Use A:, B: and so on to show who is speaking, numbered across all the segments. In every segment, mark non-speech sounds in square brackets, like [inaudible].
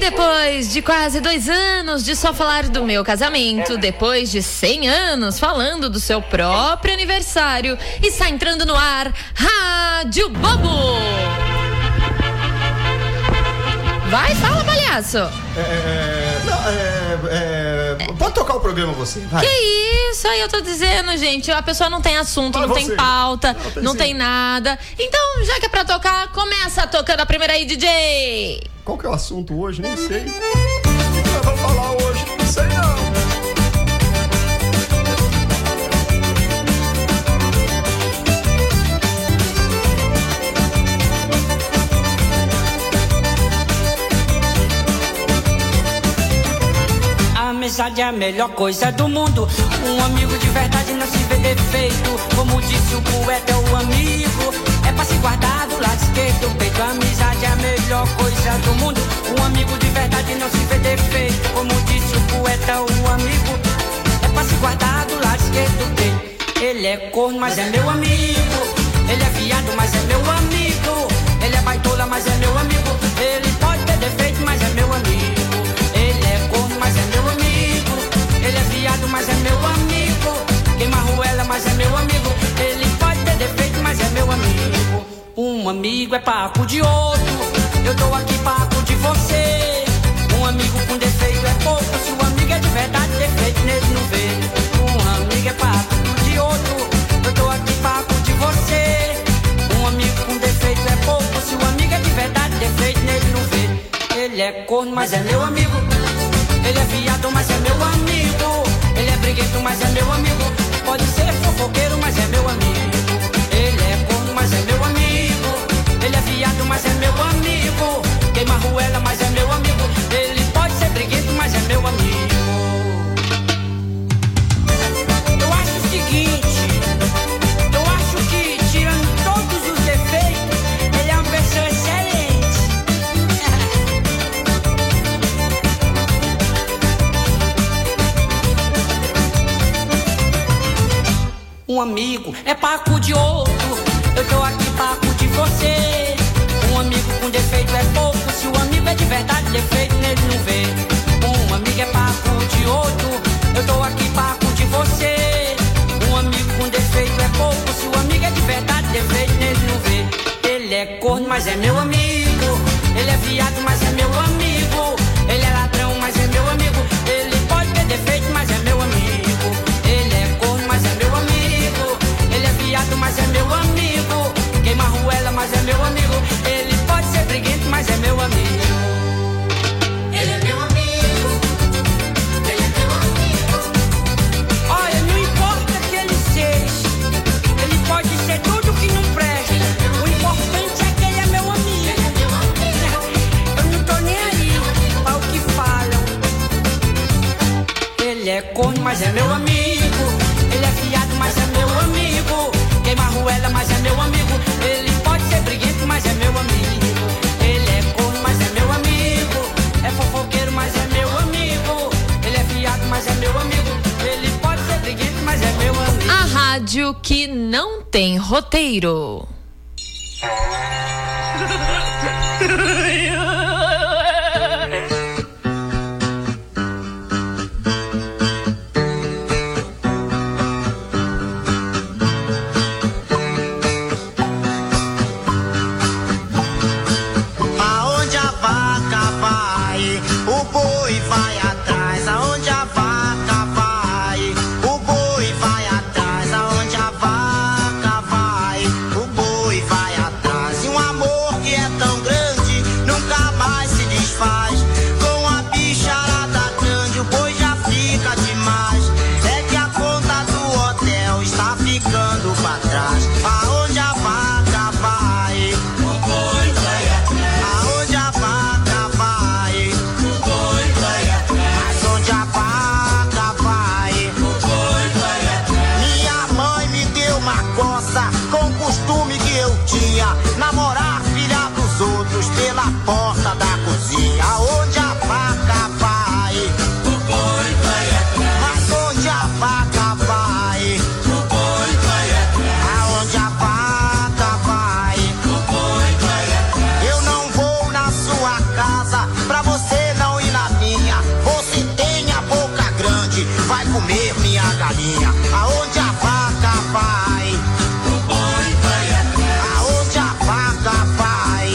A: Depois de quase dois anos de só falar do meu casamento, depois de 100 anos falando do seu próprio aniversário, está entrando no ar Rádio Bobo! Vai, fala, palhaço!
B: É, não, é, é, pode tocar o programa você, vai.
A: Que isso aí eu tô dizendo, gente. A pessoa não tem assunto,
B: Fala
A: não tem
B: você.
A: pauta,
B: Não, tem
A: não
B: sim.
A: tem nada. Então, já que é pra tocar, começa tocando a primeira aí, DJ!
B: Qual que é o assunto hoje? Nem sei. O que nós vamos falar hoje? Não sei não.
C: A amizade é a melhor coisa do mundo. Um amigo de verdade não se vê defeito. Como disse o poeta, é o amigo é pra se guardar do lado esquerdo do peito. A amizade é a melhor coisa do mundo. Um amigo de verdade não se vê defeito. Como disse o poeta, o amigo é pra se guardar do lado esquerdo do peito. Ele é corno, mas é meu amigo. Ele é viado, mas é meu amigo. Ele é baitola, mas é meu amigo. Ele pode ter defeito, mas é meu amigo. Ele é corno, mas é meu amigo. Ele é viado, mas é meu amigo. Queima ruela, mas é meu amigo. Ele pode ter defeito, mas é meu amigo. Um amigo é paco de outro. Eu tô aqui paco de você. Um amigo com defeito é pouco. Se o amigo é de verdade, defeito nele não vê. Um amigo é paco de outro. Eu tô aqui paco de você. Um amigo com defeito é pouco. Se o amigo é de verdade, defeito nele não vê. Ele é corno, mas é meu amigo. Ele é viado, mas é meu amigo. Ele é briguento, mas é meu amigo. Pode ser fofoqueiro, mas é meu amigo. Ele é corno, mas é meu amigo. Ele é viado, mas é meu amigo. Queima ruela, mas é meu amigo. Ele pode ser briguento, mas é meu amigo. Eu acho o seguinte, eu acho que tirando todos os defeitos, ele é uma pessoa excelente. Um amigo é paco de outro, eu tô aqui paco de você. Um amigo com defeito é pouco, se o amigo é de verdade, defeito nele não vê. Um amigo é paco de outro, eu tô aqui paco de você. Um amigo com defeito é pouco, se o amigo é de verdade, defeito nele não vê. Ele é corno, mas é meu amigo. Ele é viado, mas é meu amigo. Ele é ladrão, mas é meu amigo. Ele pode ter defeito, mas é meu amigo. Ele é corno, mas é meu amigo. Ele é viado, mas é meu amigo. Queima ruela, mas é meu amigo. Ele pode ser briguento, mas é meu amigo. Ele é meu amigo. Ele é meu amigo. Olha, não importa que ele seja. Ele pode ser tudo que não presta. O importante é que ele é meu amigo. Eu não tô nem aí ao que falam. Ele é corno, mas é meu amigo. Ele é fiado, mas é meu amigo. Queima ruela, mas é meu amigo. Ele pode ser briguento, mas é meu amigo. Ele é corno, mas é meu amigo. É fofoqueiro, mas é meu amigo. Ele é fiado, mas é meu amigo. Ele pode ser briguento, mas é meu amigo.
A: A rádio que não tem roteiro.
D: Aonde a vaca vai, o boi vai atrás. Aonde a vaca vai, o boi vai atrás. Aonde a vaca vai, o boi vai atrás. E um amor que é tão grande nunca mais se desfaz. Com a bicharada grande, o boi já fica demais. É que a conta do hotel está ficando pra trás. Aonde a vaca vai, o boi vai atrás. Aonde a vaca vai, o boi vai atrás. Onde a vaca vai, o boi vai atrás. Minha mãe me deu uma coça com o costume que eu tinha. Namorar filha dos outros pela porta da cozinha. Aonde a vaca vai, o boi vai atrás. Mas onde a vaca vai, o boi vai atrás. Aonde a vaca vai, o boi vai atrás. Eu não vou na sua casa pra você não caminha, aonde a vaca vai. O boi vai atrás. Aonde a vaca vai.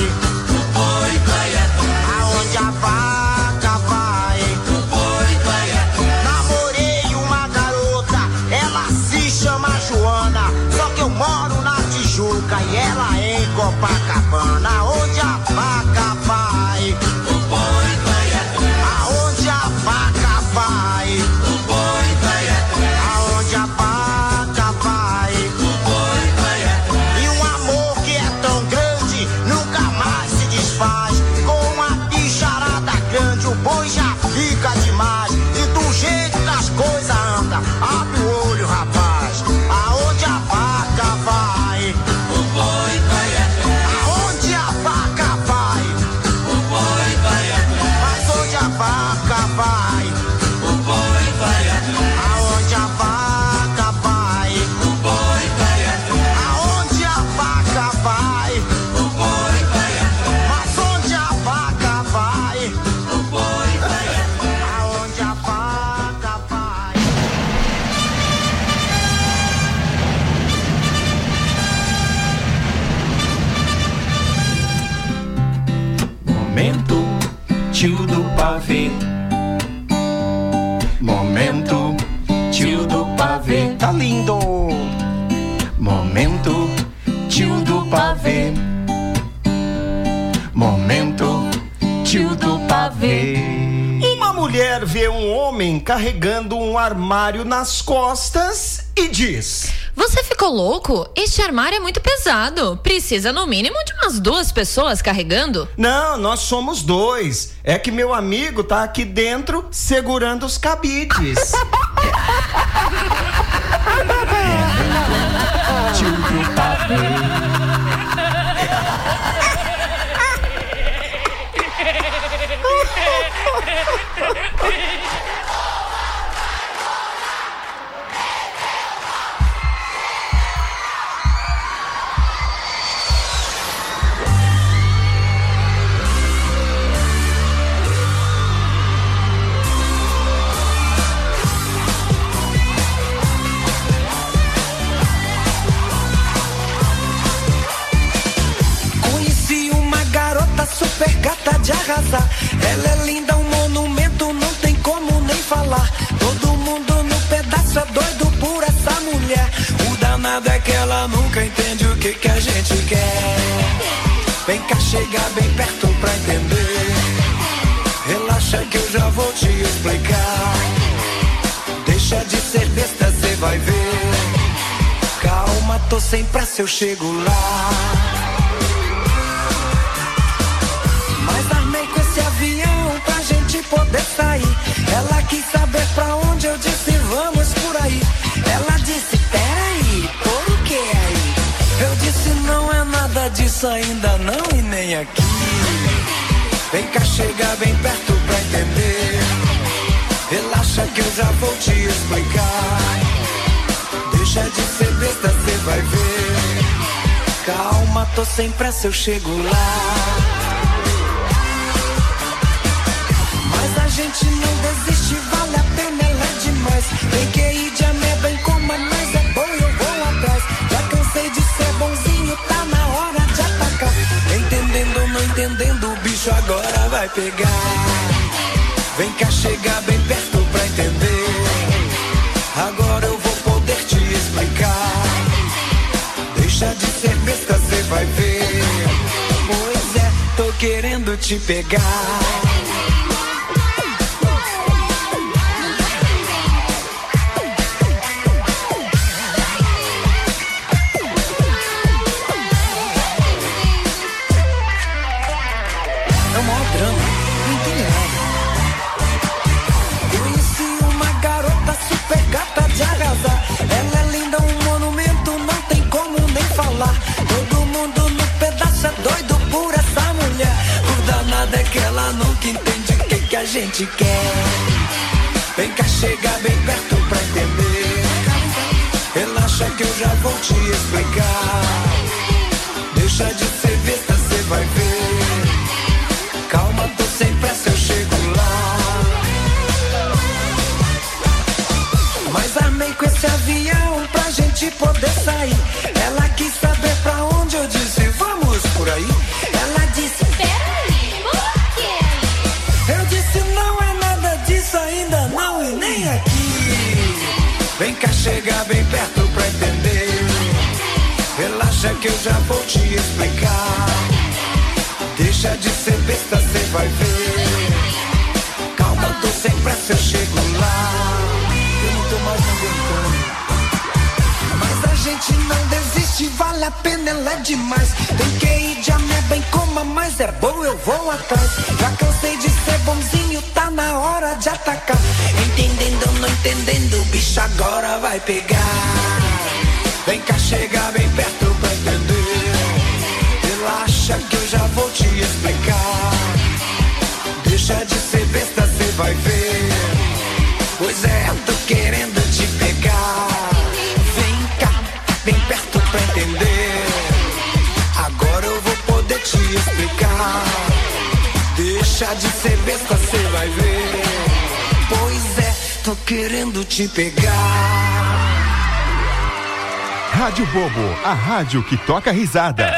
D: O boi vai atrás. Aonde a vaca vai. O boi vai atrás. é, Namorei uma garota, ela se chama Joana. Só que eu moro na Tijuca e ela é em Copacabana. Aonde a vaca vai. O boi vai atrás. Aonde a vaca vai. O boi vai atrás. Aonde a vaca vai. O boi vai atrás. E um amor que é tão grande nunca mais se desfaz. Com uma bicharada grande o boi já fica demais. E do jeito que as coisas andam, abre o olho, rapaz. Aonde a vaca vai. O boi vai atrás. Aonde a vaca vai. O boi vai atrás. Mas onde a vaca vai? O boi vai atrás. Aonde a vaca vai? O boi vai atrás. Aonde a vaca vai? O boi vai atrás. Mas onde a vaca vai? O boi vai atrás. Aonde a vaca vai?
E: Momento tio do pavê. Momento tio do pavê. Tá lindo. Momento tio do pavê. Momento tio do pavê.
B: Uma mulher vê um homem carregando um armário nas costas e diz:
A: Você ficou louco? Este armário é muito pesado. Precisa, no mínimo, de umas duas pessoas carregando.
B: Não, nós somos dois. É que meu amigo tá aqui dentro segurando os cabides.
E: Tio do pavê.
F: Conheci uma garota super gata de arrasar. Ela é linda, um monumento, não tem como nem falar. Todo mundo no pedaço é doido por essa mulher. O danado é que ela nunca entende o que, que a gente quer. Vem cá, chega bem perto pra entender. Relaxa que eu já vou te explicar. Deixa de ser besta, cê vai ver. Calma, tô sem pressa, eu chego lá. Mas armei com esse avião pra gente poder sair. Ela quis saber pra onde eu disse vamos por aí. Ela disse peraí, por que aí? Eu disse não é nada disso ainda não e nem aqui. Vem cá chegar bem perto pra entender. Relaxa que eu já vou te explicar. Deixa de ser besta, cê vai ver. Calma, tô sem pressa, eu chego lá. Mas a gente não desiste, vale a pena, ela é demais. Peguei de ameba em coma, mas é bom, eu vou atrás. Já cansei de ser bonzinho, tá na hora de atacar. Entendendo ou não entendendo, o bicho agora vai pegar. Vem cá, chega bem perto pra entender. Agora eu vou poder te explicar. Deixa de ser besta, cê vai ver. Pois é, tô querendo te pegar. É o maior drama. Não entende nada. Conheci uma garota super gata de arrasar. Ela é linda, um monumento, não tem como nem falar. Todo mundo no pedaço é doido por essa mulher. O danado é que ela nunca entende o que, que a gente quer. Vem cá, chega bem perto pra entender. Relaxa que eu já vou te explicar. Deixa de ser besta, cê vai ver. Calma, tô sem pressa, eu chego lá. Mas armei com esse é já vou te explicar. Deixa de ser besta, cê vai ver. Calma, tô sem pressa, eu chego lá. Eu não tô mais aguentando. Mas a gente não desiste, vale a pena, ela é demais. Tem que ir de ameba em coma, mas é bom, eu vou atrás. Já cansei de ser bonzinho, tá na hora de atacar. Entendendo ou não entendendo, o bicho agora vai pegar. Vem cá, chega bem perto pra entender. Relaxa que eu já vou te explicar. Deixa de ser besta, cê vai ver. Pois é, tô querendo te pegar. Vem cá, bem perto pra entender. Agora eu vou poder te explicar. Deixa de ser besta, cê vai ver. Pois é, tô querendo te pegar.
G: Rádio Bobo, a rádio que toca risada.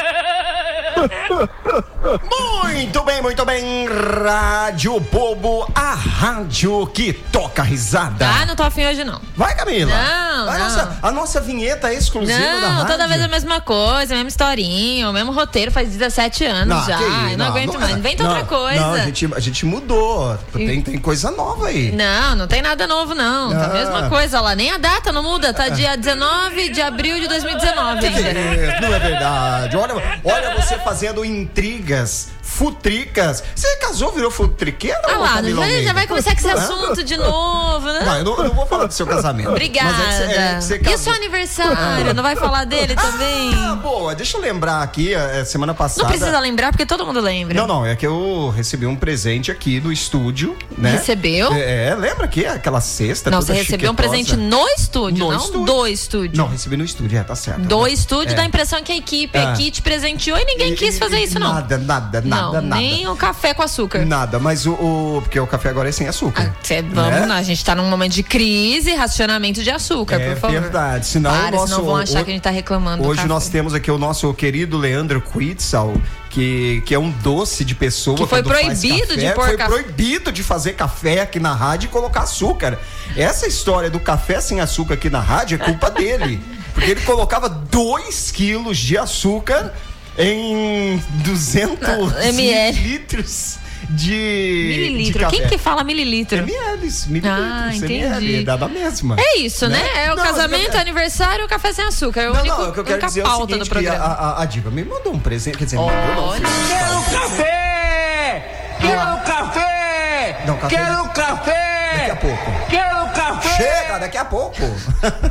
B: Muito bem, muito bem. Rádio Bobo, a rádio que toca risada.
A: Ah, não tô afim hoje não.
B: Vai, Camila.
A: Não,
B: a
A: não.
B: Nossa, a nossa vinheta é exclusiva da
A: Não,
B: rádio.
A: toda vez a mesma coisa, a mesma historinha, o mesmo roteiro faz 17 anos já.
B: que isso,
A: eu não, aguento mais. Inventa
B: não,
A: outra coisa.
B: Não, a gente, a gente mudou. Tem, tem coisa nova aí.
A: Não, não tem nada novo, não. Tá a
B: Ah.
A: mesma coisa lá. Nem a data não muda. Tá dia 19 de abril de 2019 ainda.
B: É, Não é verdade. Olha, olha você fazendo intrigas, futricas. Você casou, virou futriqueira?
A: Ah
B: ô,
A: lá,
B: Tá
A: já,
B: Camila
A: já
B: Almeida?
A: vai começar com esse
B: Ah,
A: assunto de novo, né?
B: Não, eu não, eu não vou falar do seu casamento.
A: Obrigada.
B: Mas é que você- é que você
A: e o
B: casou.
A: seu aniversário? Não vai falar
B: [laughs]
A: dele também?
B: Ah, boa. Deixa eu lembrar aqui, eh, semana passada...
A: Não precisa lembrar, porque todo mundo lembra.
B: Não, não, é que eu recebi um presente aqui do estúdio, né?
A: Recebeu?
B: É, é, lembra que aquela cesta
A: Não,
B: é toda
A: você recebeu um
B: chiquetosa?
A: presente no estúdio,
B: No
A: não
B: estúdio.
A: do estúdio.
B: Não, recebi no estúdio, é, tá certo.
A: Do estúdio
B: É.
A: dá a impressão que a equipe
B: Ah.
A: aqui te presenteou e ninguém
B: E-
A: quis fazer
B: e-
A: isso, não.
B: Nada, nada,
A: não,
B: nada, nada.
A: nem o café com açúcar.
B: Nada, mas o, o- Porque o café agora é sem açúcar.
A: Ah, cê- vamos,
B: Né?
A: lá, a gente tá num momento de crise, racionamento de açúcar,
B: É
A: por favor.
B: verdade, senão
A: Para,
B: o nosso-
A: senão vão achar
B: o-
A: que a gente tá reclamando. do
B: Hoje
A: café.
B: nós temos aqui o nosso querido Leandro Quitzel, que, que é um doce de pessoa.
A: Que foi
B: quando faz
A: proibido
B: café.
A: de pôr
B: Foi
A: café.
B: proibido de fazer café aqui na rádio e colocar açúcar. Essa história do café sem açúcar aqui na rádio é
A: [laughs]
B: culpa dele. Porque ele colocava 2 quilos de açúcar em 200
A: ML.
B: litros de. de
A: Mililitro.
B: café.
A: Quem que fala mililitro?
B: ML,
A: Ah,
B: mililitros,
A: entendi.
B: ML, dá da mesma.
A: É isso, né? É o
B: Não,
A: casamento, é aniversário, o café sem açúcar. É o
B: não,
A: único,
B: não, o que eu quero
A: única
B: dizer é o
A: pauta do
B: seguinte, que a,
A: programa.
B: a, a Diva me mandou um presente, quer dizer, me mandou não,
A: Olha.
B: É!
H: café! Quero café!
B: Não, café
H: Quero café!
B: daqui a pouco.
H: Quero café!
B: Chega, daqui a pouco. [laughs]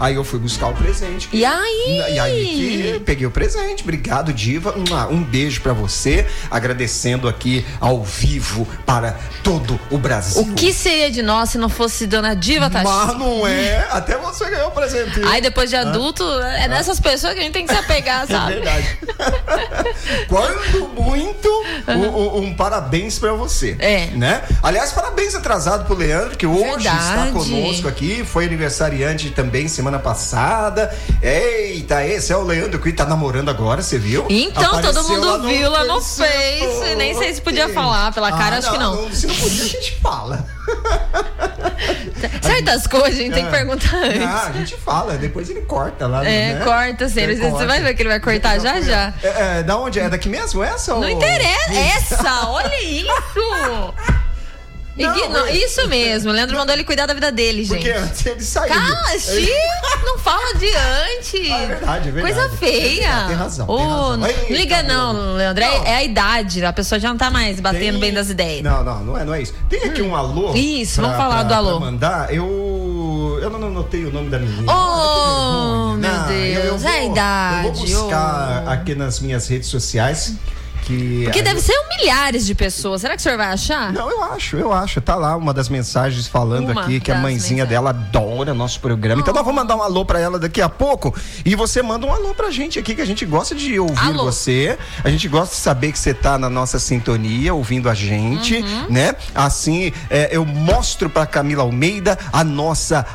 B: aí eu fui buscar o presente.
A: E aí?
B: E aí que peguei o presente. Obrigado, Diva. Um, um beijo pra você. Agradecendo aqui ao vivo para todo o Brasil.
A: O que seria de nós se não fosse Dona Diva Tati?
B: Mas não é. Até você ganhou o presente.
A: Aí depois de adulto, é dessas pessoas que a gente tem que se apegar,
B: [laughs] É
A: sabe?
B: verdade. Quando muito, um, um- um parabéns pra você.
A: É.
B: Né? Aliás, parabéns atrasado pro Leandro, que hoje está
A: Verdade.
B: conosco aqui. Foi aniversariante também semana passada. Eita, esse é o Leandro que tá namorando agora, você viu?
A: Então todo
B: Apareceu
A: mundo
B: no
A: viu lá no
B: Facebook.
A: Face, nem sei se podia falar pela cara, acho que não.
B: Se assim. Ah, não podia, a gente fala.
A: [laughs] Certas coisas a gente tem que perguntar antes.
B: É. Ah, a gente fala, depois ele corta lá.
A: É,
B: né?
A: corta, assim, ele- você
B: corta.
A: vai ver que ele vai cortar já, já.
B: É, é, da onde é? Daqui mesmo essa?
A: Não interessa. é Essa, olha isso! Igno-
B: Não, é-
A: Isso mesmo, o Leandro mandou ele cuidar da vida dele, gente.
B: Porque antes ele saiu.
A: Cala, Xi! Não fala diante!
B: É verdade, é verdade.
A: Coisa feia!
B: É, tem razão, tem
A: Ô,
B: razão.
A: não
B: Eita,
A: liga não,
B: Leandro.
A: Leandro. É,
B: Não.
A: é a idade, a pessoa já não tá mais batendo
B: Tem-
A: bem das ideias. Hum.
B: Não, não, não é, não é isso. Tem aqui um alô.
A: Isso, vamos falar do alô.
B: Pra mandar, eu. Eu não anotei o nome da menina.
A: Oh, meu
B: Não,
A: Deus, é a idade.
B: Eu vou buscar
A: oh.
B: aqui nas minhas redes sociais. Que
A: Porque
B: a-
A: deve ser um milhares de pessoas. Será que o senhor vai achar?
B: Não, eu acho, eu acho. Tá lá uma das mensagens falando
A: Uma
B: aqui que a
A: das
B: mãezinha
A: mensagens.
B: dela adora nosso programa. Então nós vamos mandar um alô pra ela daqui a pouco. E você manda um alô pra gente aqui, que a gente gosta de ouvir
A: Alô.
B: você. A gente gosta de saber que você tá na nossa sintonia, ouvindo a gente,
A: Uhum.
B: né? Assim, é, eu mostro pra Camila Almeida a nossa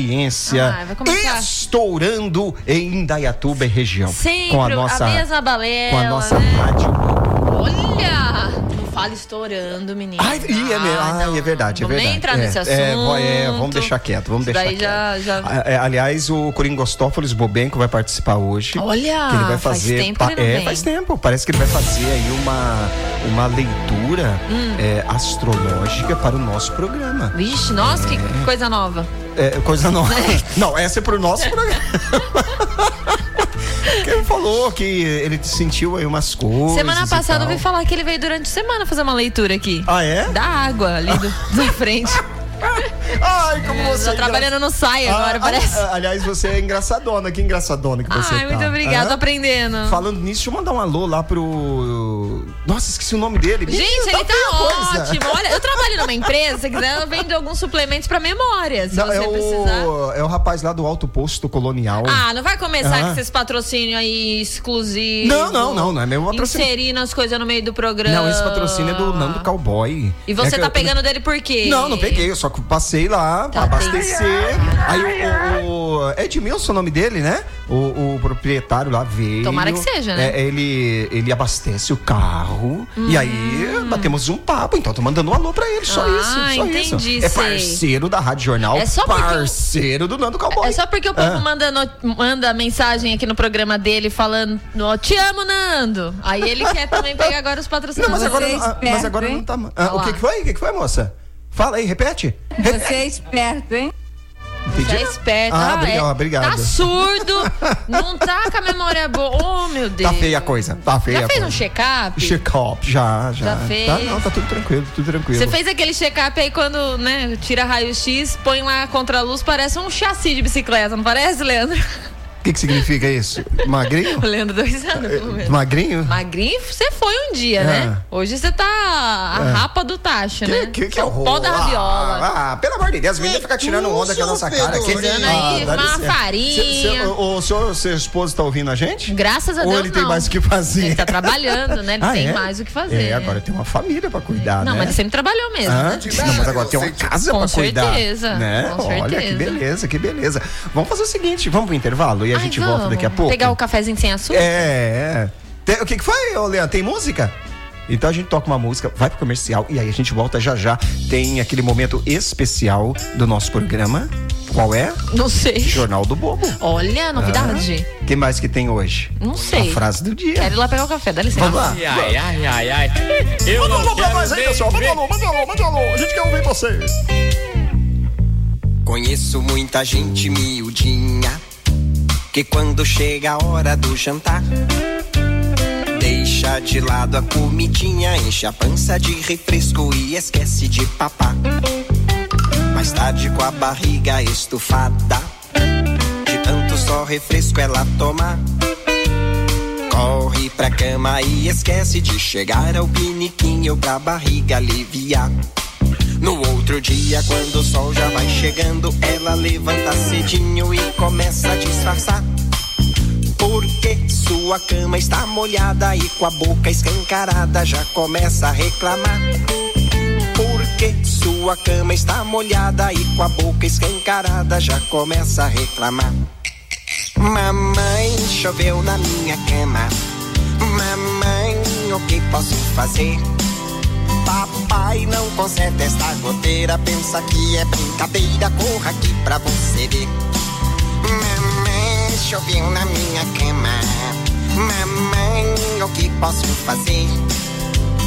B: audiência.
A: Ah, vai começar.
B: Estourando em Indaiatuba e região.
A: Sempre
B: com a nossa,
A: mesma balela.
B: com a nossa
A: né?
B: rádio.
A: Olha! Não fala estourando, menino.
B: Ai, ih, é, mesmo.
A: Ah,
B: Ai,
A: não.
B: é verdade, é
A: Vamos
B: verdade.
A: nem entrar
B: é,
A: nesse assunto.
B: É, vai, é, vamos deixar quieto, vamos
A: Isso
B: deixar
A: daí
B: quieto.
A: já- já-
B: A- é, aliás, o Coringostópolis Bobenco vai participar hoje.
A: Olha,
B: que ele vai
A: faz
B: fazer,
A: tempo que
B: pa-
A: ele não
B: é,
A: vem.
B: faz tempo. Parece que ele vai fazer aí uma, uma leitura é, astrológica para o nosso programa.
A: Hum. Vixe, Né? nossa, que coisa nova.
B: É,
A: [laughs]
B: coisa nova. [laughs] Não, essa é pro nosso programa. [laughs] Porque ele falou que ele sentiu aí umas coisas.
A: Semana
B: e
A: passada eu
B: tal.
A: ouvi falar que ele veio durante a semana fazer uma leitura aqui.
B: Ah, é?
A: Da água ali
B: [laughs]
A: do, da frente.
B: Ai, como você. é
A: Tá
B: engra-
A: trabalhando no SAI
B: Ah,
A: agora,
B: ah,
A: parece.
B: ah, aliás, você é engraçadona. Que engraçadona que você
A: Ai,
B: tá.
A: muito obrigada, tô
B: Aham.
A: aprendendo.
B: Falando nisso, deixa eu mandar um alô lá pro. Nossa, esqueci o nome dele.
A: Gente,
B: Menino,
A: ele tá
B: feia a coisa.
A: ótimo. Olha, eu trabalho numa empresa, se quiser, eu vendo alguns suplementos pra memória, se
B: Não,
A: você
B: é,
A: precisar.
B: o, é o rapaz lá do Alto Posto Colonial.
A: Ah, não vai começar
B: Ah.
A: com esses patrocínios aí exclusivos.
B: Não, não, não, não é mesmo patrocínio.
A: Inserindo as coisas no meio do programa.
B: Não, esse patrocínio é do Nando Cowboy.
A: E você
B: É que
A: tá
B: eu-
A: pegando dele por quê?
B: Não, não peguei, eu só passei lá pra
A: Tá bem.
B: abastecer. Aí o, o Edmilson, o nome dele, né? O, o proprietário lá veio.
A: Tomara que seja, né?
B: É, ele, ele abastece o carro e aí batemos um papo. Então tô mandando um alô pra ele, só
A: Hum. Ah,
B: isso. Só
A: entendi,
B: isso. É
A: sei.
B: parceiro da Rádio Jornal,
A: É só porque o-
B: parceiro do Nando Cowboy.
A: É só porque o povo
B: Ah.
A: manda, no- manda mensagem aqui no programa dele falando: ó, Te amo, Nando. Aí ele quer também pegar agora os
B: Não,
A: patrocinadores.
B: mas agora,
I: Você é
B: ah, mas
I: esperto,
B: agora
I: hein?
B: não tá. ah,
A: né? Olha
B: o que,
A: lá.
B: que foi? O que, que foi, moça? Fala aí, repete. Repete.
I: Você é esperto, hein?
A: Você é
B: Entendi.
A: esperto.
B: Ah, obri-
A: é.
B: ó, obrigado.
A: Tá surdo, não tá com a memória boa. Oh, meu Deus.
B: Tá feia a coisa. Tá feia.
A: Já
B: a
A: fez um
B: coisa.
A: check-up?
B: Check-up, já, já.
A: Já fez?
B: Tá, não, tá tudo tranquilo, tudo tranquilo.
A: Você fez aquele check-up aí quando, né, tira raio-x, põe lá contra a luz, parece um chassi de bicicleta, não parece, Leandro? [laughs]
B: O que, que significa isso? Magrinho?
A: O Leandro, dois
B: É,
A: anos, pelo menos.
B: Magrinho?
A: Magrinho, você foi um dia,
B: Ah.
A: né? Hoje você tá a rapa do tacho, né? Só o pó da rabiola.
B: é Ah, ah, pelo amor de Deus, menina fica tirando onda com a nossa cara. aqui. Ah,
A: Fazendo aí
B: dá
A: uma
B: licença.
A: farinha.
B: Se- se- o, o senhor, seu esposo tá ouvindo a gente?
A: Graças a
B: Ou
A: Deus,
B: ele tem
A: não.
B: mais o que fazer?
A: Ele tá trabalhando, né? Ele
B: Ah,
A: tem
B: é?
A: mais o que fazer.
B: É, agora tem uma família pra cuidar,
A: Não,
B: né?
A: mas ele sempre trabalhou mesmo.
B: Hã?
A: né?
B: Não, mas agora tem uma casa
A: Com
B: pra cuidar.
A: certeza,
B: Né?
A: com
B: Olha que
A: certeza.
B: beleza, que beleza. Vamos fazer o seguinte, vamos pro intervalo e a
A: Ai,
B: gente
A: vamos.
B: volta daqui a pouco.
A: Pegar o cafezinho sem açúcar?
B: É, é. Tem- o que, que foi, ô Leandro? Tem música? Então a gente toca uma música, vai pro comercial e aí a gente volta já já. Tem aquele momento especial do nosso programa. Qual é?
A: Não sei.
B: Jornal do Bobo.
A: Olha, novidade.
B: O que mais que tem hoje?
A: Não sei.
B: Ah. A frase do dia.
A: Quero ir lá pegar o café, dá licença.
B: Vamos lá.
D: Ai, ai, ai, ai. Eu
B: Manda um
D: não
B: alô pra
D: quero
B: nós aí,
D: nem
B: pessoal. Manda um
D: ver.
B: alô, manda um alô, manda um alô. A gente quer ouvir vocês.
J: Conheço muita gente miudinha que quando chega a hora do jantar deixa de lado a comidinha, enche a pança de refresco e esquece de papar. Mais tarde com a barriga estufada de tanto só refresco ela tomar. Corre pra cama e esquece de chegar ao piniquinho pra barriga aliviar. No outro dia, quando o sol já vai chegando, ela levanta cedinho e começa a disfarçar. Porque sua cama está molhada e com a boca escancarada já começa a reclamar. Porque sua cama está molhada e com a boca escancarada já começa a reclamar. Mamãe, choveu na minha cama. Mamãe, o que posso fazer? Papai não conserta esta goteira, pensa que é brincadeira, corra aqui pra você ver. Mamãe, choveu na minha cama. Mamãe, o que posso fazer?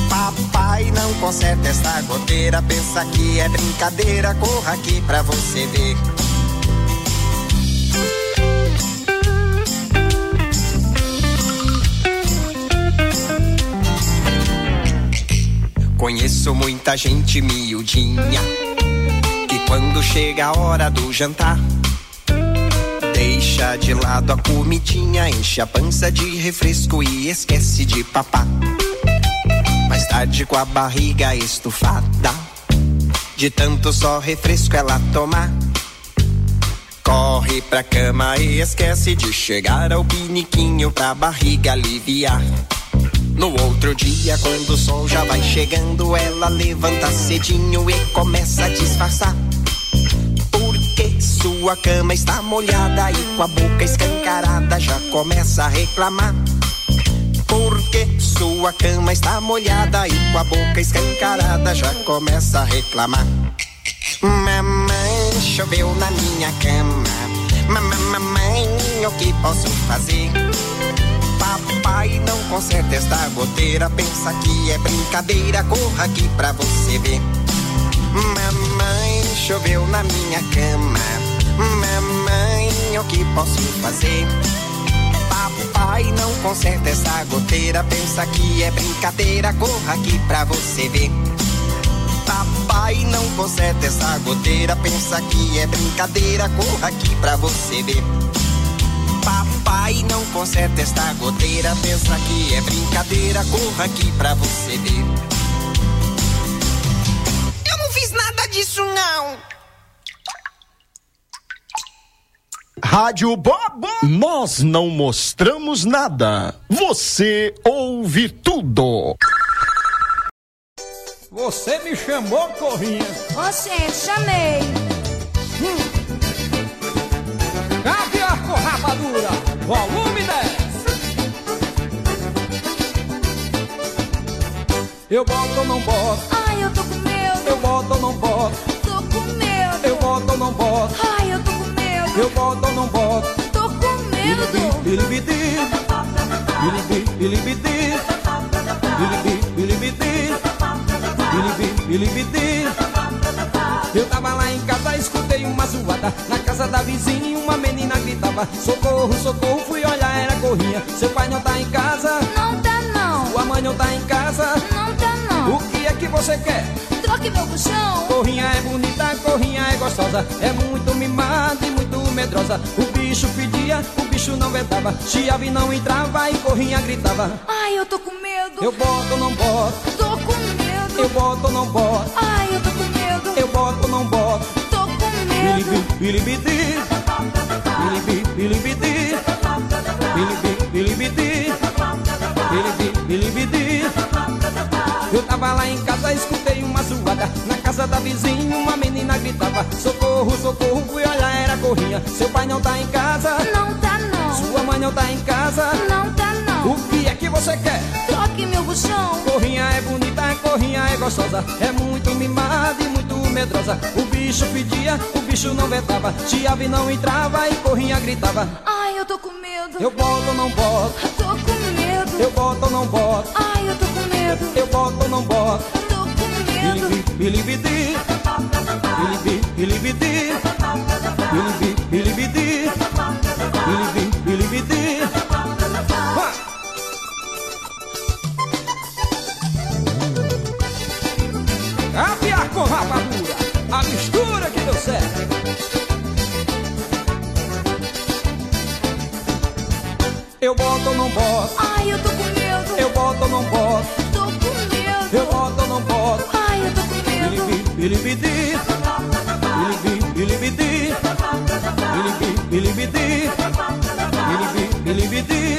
J: Papai não conserta esta goteira, pensa que é brincadeira, corra aqui pra você ver. Conheço muita gente miudinha que quando chega a hora do jantar deixa de lado a comidinha, enche a pança de refresco e esquece de papar. Mais tarde com a barriga estufada de tanto só refresco ela tomar. Corre pra cama e esquece de chegar ao piniquinho pra barriga aliviar. No outro dia, quando o sol já vai chegando, ela levanta cedinho e começa a disfarçar. Porque sua cama está molhada e com a boca escancarada já começa a reclamar. Porque porque sua cama está molhada e com a boca escancarada já começa a reclamar. Mamãe, choveu na minha cama. Mamã- Mamãe, o que posso fazer? Papai, não conserta esta goteira. Pensa que é brincadeira, corra aqui pra você ver. Mamãe, choveu na minha cama. Mamãe, o que posso fazer? Papai, não conserta essa goteira. Pensa que é brincadeira, corra aqui pra você ver. Papai, não conserta essa goteira. Pensa que é brincadeira, corra aqui pra você ver. Papai, não conserta esta goteira. Pensa que é brincadeira, corra aqui pra você ver. Eu não fiz nada disso, não.
B: Rádio Bobo. Nós não mostramos nada. Você ouve tudo.
H: Você me chamou, Corrinhas.
F: Você, chamei.
H: Cadê a corrapadura? Volume 10. Eu boto ou não boto?
F: Ai, eu tô com medo,
H: Eu boto ou não boto?
F: tô com medo.
H: Eu boto ou não boto?
F: Ai, eu tô com medo,
H: Eu boto ou não boto?
F: tô com medo.
H: Bilibidi, bilibidi, bilibidi, bilibidi, bilibidi, bilibidi, bilibidi. Eu tava lá em casa, escutei uma zoada Na casa da vizinha uma menina gritava Socorro, socorro, fui olhar, era corrinha Seu pai não tá em casa,
F: Não tá não,
H: sua mãe não tá em casa
F: não tá
H: O
F: não.
H: que é que você quer?
F: Troque meu colchão,
H: Corrinha é bonita, corrinha é gostosa, é muito mimada e muito medrosa. O bicho pedia, o bicho não vedava, chiave não entrava e corrinha gritava.
F: ai, eu tô com medo,
H: Eu boto ou não boto,
F: tô com
H: eu
F: medo.
H: boto ou não boto,
F: Ai, eu tô com medo,
H: eu boto ou não boto.
F: tô com medo.
H: Bilibi, bilibidi, bilibi, bilibidi, bilibi, bilibidi, bilibi, bilibidi. Eu tava lá em casa, escutei uma zoada Na casa da vizinha, uma menina gritava Socorro, socorro, fui olhar, era corrinha Seu pai não tá em casa,
F: Não tá não,
H: sua mãe não tá em casa
F: não tá
H: O
F: não.
H: que é que você quer?
F: Troque meu colchão,
H: Corrinha é bonita, corrinha é gostosa, é muito mimada e muito medrosa. O bicho pedia, o bicho não vetava, Tiave não entrava e corrinha gritava.
F: ai, eu tô com medo,
H: Eu boto ou não boto,
F: tô com medo.
H: eu boto ou não boto,
F: Ai, eu tô com medo,
H: eu boto ou não boto.
F: tô com medo.
H: Bilibi, bilibidi, bilibi, bilibidi, bilibi, bilibidi, bilibi, bilibidi. Ah! Apiar É com rapadura, a mistura que deu certo. Eu boto ou não boto,
F: Ai, eu tô com medo,
H: eu boto ou não boto,
F: tô com medo.
H: eu boto ou não boto.
F: Ai, eu tô com medo,
H: Bilibi, bilibidi, bilibi, bilibidi, bilibi, bilibidi, bilibi, bilibidi.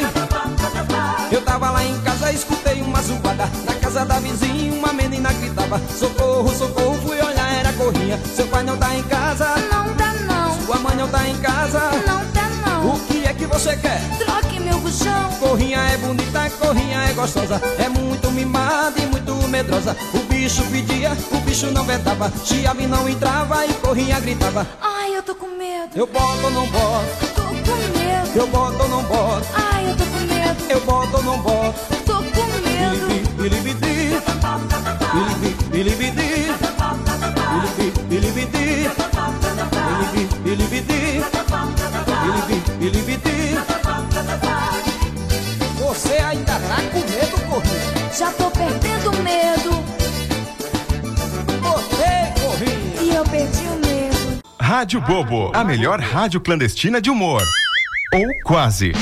H: Eu tava lá em casa, escutei uma zoada Na casa da vizinha, uma menina gritava Socorro, socorro, fui olhar, era corrinha Seu pai não tá em casa,
F: não tá não,
H: sua mãe não tá em casa
F: não tá não.
H: O que é que você quer?
F: Troque meu colchão,
H: Corrinha é bonita, corrinha é gostosa, é muito mimada e muito medrosa. O bicho pedia, o bicho não vetava, chiave não entrava e corrinha gritava.
F: ai, eu tô com medo,
H: Eu boto ou não boto,
F: tô com medo.
H: eu boto ou não boto,
F: Ai, eu tô com medo,
H: eu boto ou não boto.
F: tô com medo.
H: Bilibi, bilibidi, bilibi, bilibidi, bilibi, bilibidi, bilibi, bilibidi, bilibi, bilibidi. Você ainda tá com medo, corrinha?
F: Já tô perdendo o medo,
H: Botei, corri.
F: e eu perdi o medo.
K: Rádio Bobo, a melhor rádio clandestina de humor. Ou quase.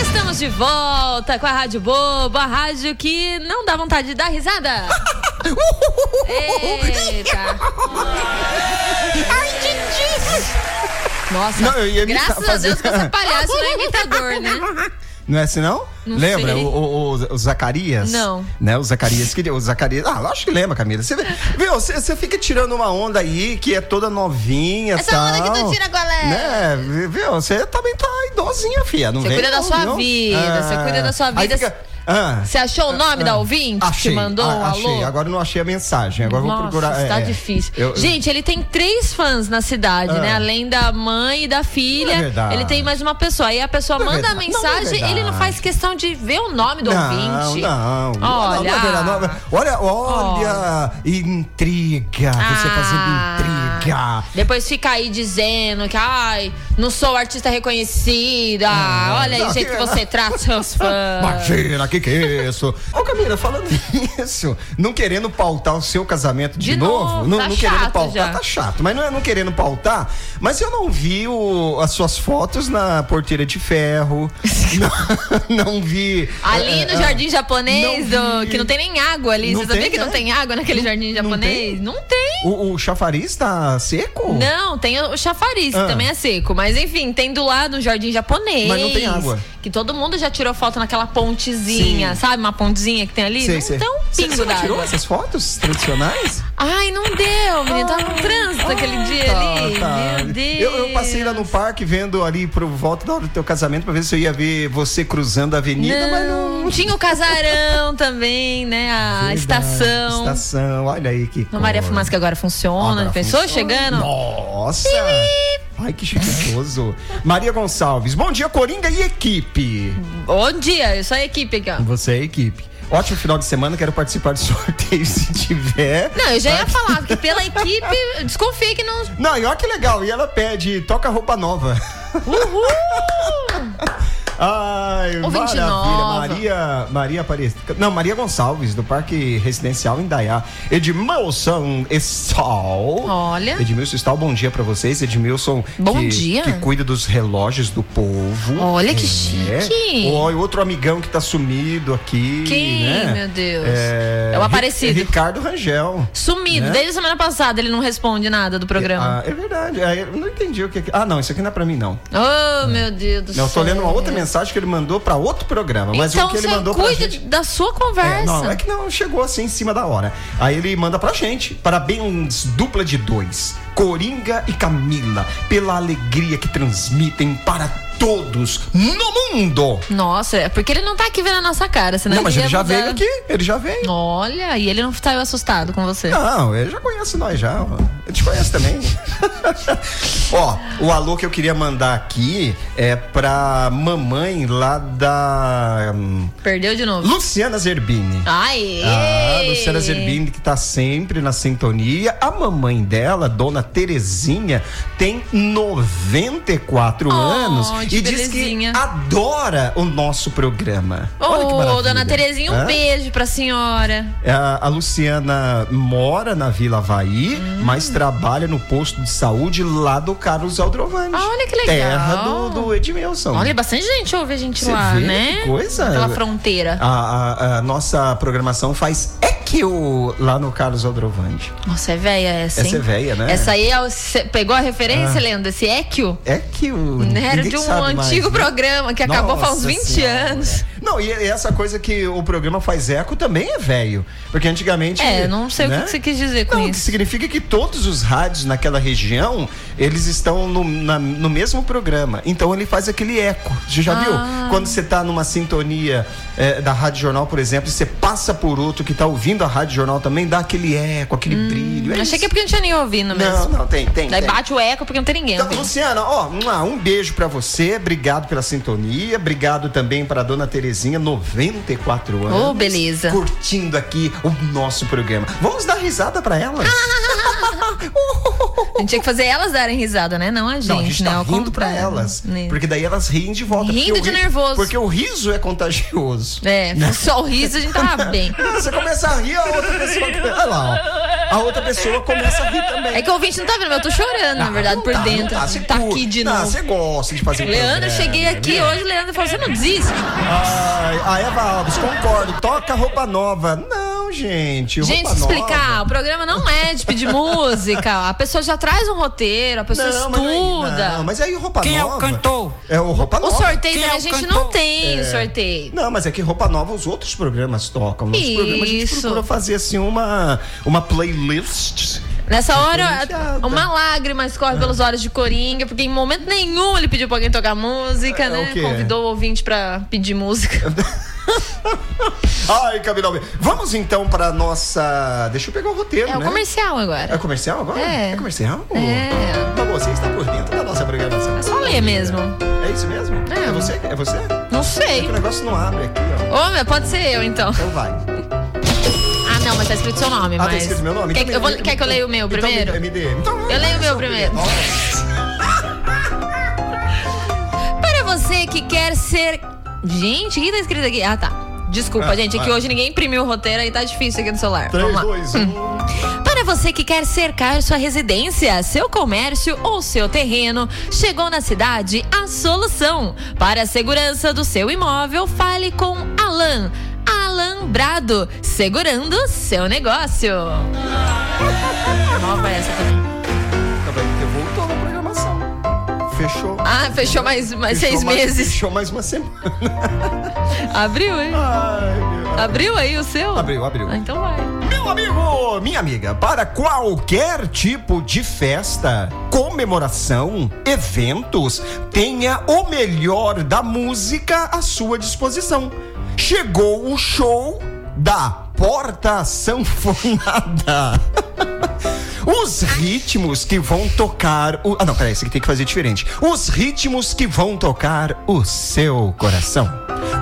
A: Estamos de volta com a Rádio Bobo, a rádio que não dá vontade de dar
B: [laughs]
A: risada. Eita. Nossa,
B: Não, eu ia imitar,
A: graças a
B: fazer-
A: Deus que essa palhaço não é imitador, né?
B: [laughs] Não é assim, não?
A: Não
B: lembra?
A: sei.
B: O, o- o- o Zacarias?
A: Não.
B: Né? O Zacarias que o Zacarias. Ah, lógico que lembra, Camila. Você vê- viu, você você fica tirando uma onda aí que é toda novinha.
A: Essa
B: tal.
A: onda que tu tira, qual é?
B: Né? Viu? Você também tá idosinha, fia. Não
A: Você
B: vem
A: cuida da
B: não,
A: sua
B: viu?
A: vida, você cuida da sua
B: Aí
A: vida.
B: fica- ah.
A: Você achou o nome da ouvinte
B: Achei,
A: que mandou um alô?
B: a- achei. Agora eu não achei a mensagem. Agora eu vou
A: Nossa,
B: procurar.
A: Está
B: é, é.
A: difícil.
B: [laughs] Eu- eu-
A: Gente, ele tem três fãs na cidade,
B: Ah.
A: né? Além da mãe e da filha.
B: Não é verdade.
A: ele tem mais uma pessoa. Aí a pessoa
B: Não é
A: manda a
B: verdade. Não, não é
A: mensagem, ele não
B: verdade.
A: faz questão de ver o nome do
B: não,
A: ouvinte. Olha.
B: não. Não, não, não, não, não. Olha, olha. Intriga. Você
A: Ah.
B: fazendo intriga.
A: Depois fica aí dizendo que, ai, não sou artista reconhecida. Olha aí
B: É. não,
A: o jeito
B: que-
A: que você trata seus
B: [laughs]
A: fãs.
B: Imagina, que que é isso? Ô Camila, falando isso, não querendo pautar o seu casamento de,
A: De
B: novo,
A: novo,
B: não,
A: tá
B: não querendo
A: chato
B: pautar,
A: já.
B: tá chato, mas não é não querendo pautar, mas eu não vi o- as suas fotos na porteira
A: [laughs]
B: de ferro, não, não vi...
A: Ali
B: é,
A: no
B: é,
A: jardim japonês,
B: não
A: do-
B: vi.
A: que não tem nem água ali.
B: Não
A: você sabia
B: tem,
A: que não
B: né?
A: tem água naquele jardim
B: não
A: japonês?
B: tem?
A: Não tem.
B: O, o chafariz tá seco?
A: Não, tem o chafariz,
B: Ah.
A: que também é seco. Mas enfim, tem do lado um jardim japonês.
B: Mas não tem água.
A: Que todo mundo já tirou foto naquela pontezinha,
B: Sim.
A: sabe? Uma pontezinha que tem ali.
B: Sei,
A: não
B: sei.
A: tem um
B: Você-
A: pingo
B: você não tirou
A: d'água.
B: essas fotos tradicionais?
A: Ai, não deu, menino. Tava um trânsito aquele dia ali.
B: Tá, tá.
A: Meu Deus.
B: Eu, eu passei lá no parque vendo ali pro volta da hora do teu casamento pra ver se eu ia ver você cruzando a avenida, mas não.
A: Não, tinha o casarão também, né? A
B: Verdade,
A: estação.
B: Estação, olha aí que.
A: A Maria
B: coisa.
A: Fumaça que agora funciona.
B: Agora
A: Pensou
B: funciona.
A: chegando?
B: Nossa! Ai, que chiquitoso. Maria Gonçalves, bom dia, Coringa e equipe.
A: Bom dia, eu sou a equipe aqui, ó.
B: Você é equipe. Ótimo final de semana, quero participar do sorteio [laughs] se tiver.
A: Não, eu já ia falar, porque pela equipe, eu desconfiei que não
B: Não, e olha que legal, e ela pede, toca roupa nova.
A: Uhul!
B: [laughs] Ai,
A: Ouvinte
B: maravilha.
A: nova.
B: Maria, Maria Aparecida. Não, Maria Gonçalves, do Parque Residencial Indaiá. Edmilson Estal.
A: Olha.
B: Edmilson Estal, bom dia pra vocês. Edmilson.
A: Bom
B: que,
A: dia.
B: Que cuida dos relógios do povo.
A: Olha que chique.
B: Ó, e outro amigão que tá sumido aqui.
A: Quem,
B: né?
A: meu Deus?
B: É,
A: É o Aparecido.
B: Ri- Ricardo Rangel.
A: Sumido,
B: Né?
A: desde a semana passada ele não responde nada do programa.
B: Ah, é verdade. Ah, eu não entendi o que. que- Ah, não, isso aqui não é pra mim, não.
A: oh, meu Deus do céu.
B: Não, eu tô lendo uma outra mensagem que ele mandou pra outro programa, mas
A: então
B: o que ele
A: você
B: mandou pra
A: cuida
B: gente...
A: da sua
B: É,
A: conversa.
B: não, é que não chegou assim em cima da hora. Aí ele manda pra gente. Parabéns, dupla de dois. Coringa e Camila, pela alegria que transmitem para todos no mundo.
A: Nossa, é porque ele não tá aqui vendo a nossa cara, senão
B: Não, mas ele
A: ia
B: já
A: mudar.
B: veio aqui, ele já veio.
A: Olha, e ele não saiu assustado com você.
B: Não, ele já conhece nós já. ó. Eu te conheço também. [laughs] ó, o alô que eu queria mandar aqui é pra mamãe lá da hum,
A: Perdeu de novo.
B: Luciana Zerbini.
A: Ai,
B: Ah, Luciana Zerbini, que tá sempre na sintonia. A mamãe dela, dona Terezinha, tem 94
A: Oh,
B: anos
A: que
B: e diz que
A: belezinha.
B: adora o nosso programa.
A: Ô,
B: Olha que maravilha.
A: dona Terezinha, um
B: Hã?
A: beijo pra senhora.
B: É, A, a Luciana mora na Vila Havaí,
A: Hum.
B: mas trabalha no posto de saúde lá do Carlos Aldrovani.
A: Ah, olha que legal.
B: Terra do, do Edmilson.
A: Olha, bastante gente ouve a gente
B: Você
A: lá,
B: vê
A: né?
B: que coisa?
A: Pela fronteira.
B: Ah. a, a- a nossa programação faz equio lá no Carlos Aldrovani.
A: Nossa, é velha essa, hein?
B: Essa é véia, né? Ah.
A: Essa aí é o- cê pegou a referência, Leandro? Esse Equio?
B: É que o.
A: Né? Era
B: ninguém
A: de um
B: sabe mais,
A: antigo
B: né?
A: programa que acabou faz uns
B: Nossa
A: 20
B: Senhora.
A: anos.
B: Não, e e essa coisa que o programa faz eco também é velho. Porque antigamente.
A: É, não sei o
B: né?
A: que você quis dizer com
B: Não, o que
A: isso.
B: significa que todos os rádios naquela região, eles estão no, na- no mesmo programa. Então ele faz aquele eco. Você já
A: Ah.
B: viu? Quando você tá numa sintonia eh, da Rádio Jornal, por exemplo, e você passa por outro que tá ouvindo a Rádio Jornal também, dá aquele eco, aquele brilho. É
A: Achei que é
B: isso.
A: porque não tinha nem ouvindo mesmo.
B: Não, não, tem, tem.
A: Daí
B: tem.
A: bate o eco porque não tem ninguém.
B: Então,
A: ouvindo.
B: Luciana, ó, uma- um beijo pra você, obrigado pela sintonia, obrigado também pra dona Terezinha, 94 anos.
A: Ô, beleza.
B: Curtindo aqui o nosso programa. Vamos dar risada pra elas?
A: Ah, A gente tinha que fazer elas darem risada, né? Não a gente,
B: Não, a gente
A: né?
B: tá
A: Ao
B: rindo pra
A: contrário,
B: elas.
A: né?
B: Porque daí elas riem de volta.
A: Rindo
B: Porque o
A: de
B: ri-
A: nervoso.
B: Porque o riso é contagioso.
A: É, só o riso a gente tava
B: [laughs]
A: bem.
B: Você começa a rir, a outra pessoa. Olha lá, ó. A outra pessoa começa a rir também.
A: É que o ouvinte não tá vendo, mas eu tô chorando, na verdade,
B: Não
A: por
B: tá, não
A: dentro.
B: Tá, Você
A: Tá
B: curte.
A: aqui de
B: Não,
A: novo.
B: Você gosta de fazer
A: Leandro, eu
B: programa,
A: cheguei aqui
B: né?
A: hoje, Leandro falou: você não desiste?
B: Ai, a Eva Alves, concordo. Toca roupa nova. Não, Não, gente. roupa
A: Gente, explicar,
B: nova.
A: o programa não é de pedir música. A pessoa já traz um roteiro, a pessoa
B: Não, mas aí-
A: estuda.
B: não, mas aí roupa
C: Quem é o
B: nova.
C: cantor?
B: É o roupa
A: O
B: nova.
A: sorteio
C: Quem é
A: também
C: o
A: a gente
C: cantor?
A: não tem sorteio.
B: Não, mas é que roupa nova os outros programas tocam. Nosso programa a gente
A: Isso.
B: procura fazer assim uma, uma playlist.
A: Nessa
B: é
A: hora,
B: Diferenciada.
A: uma lágrima escorre pelos olhos de Coringa, porque em momento nenhum ele pediu pra alguém tocar música,
B: É,
A: né?
B: o quê? É
A: Convidou o ouvinte pra pedir música.
B: Ai, Camila Alves. Vamos então para nossa. Deixa eu pegar o roteiro,
A: É o
B: né?
A: comercial
B: É
A: agora.
B: comercial agora?
A: É.
B: comercial?
A: É.
B: Então você está por dentro da nossa programação.
A: É só ler mesmo.
B: É isso mesmo?
A: É.
B: É você? É você? É
A: Não
B: que
A: sei.
B: o negócio não abre aqui, ó.
A: Ô, meu, pode ser eu então.
B: Então vai.
A: Ah, não, mas tá escrito seu nome,
B: Ah,
A: mas.
B: tá escrito meu nome?
A: Quer,
B: Então
A: que- eu vou-
B: me-
A: quer que eu leia o meu
B: então
A: primeiro?
B: Me, me dê. Então,
A: Eu leio o meu primeiro. Para você que quer ser. Gente, o que tá escrito aqui? Ah, tá. Desculpa,
B: Ah,
A: gente, é que
B: ah.
A: hoje ninguém imprimiu o roteiro aí tá difícil aqui no celular.
B: 3,
A: Vamos lá. Hum.
B: 2, 1.
A: Para você que quer cercar sua residência, seu comércio ou seu terreno, chegou na cidade a solução. Para a segurança do seu imóvel, fale com Alan. Alan Brado, segurando seu negócio. Nova essa também.
B: Tá Voltou na programação. Fechou.
A: Ah, fechou mais, mais
B: Fechou
A: seis
B: mais-
A: meses.
B: Fechou mais um. uma semana.
A: [laughs] Abriu, hein?
B: Ai, meu.
A: Abriu aí o seu?
B: Abriu, abriu.
A: Ah, então vai.
B: Meu amigo, minha amiga, para qualquer tipo de festa, comemoração, eventos, tenha o melhor da música à sua disposição. Chegou o show da Porta Sanfonada. [laughs] Os ritmos que vão tocar o. Ah, não, peraí, esse aqui tem que fazer diferente. Os ritmos que vão tocar o seu coração.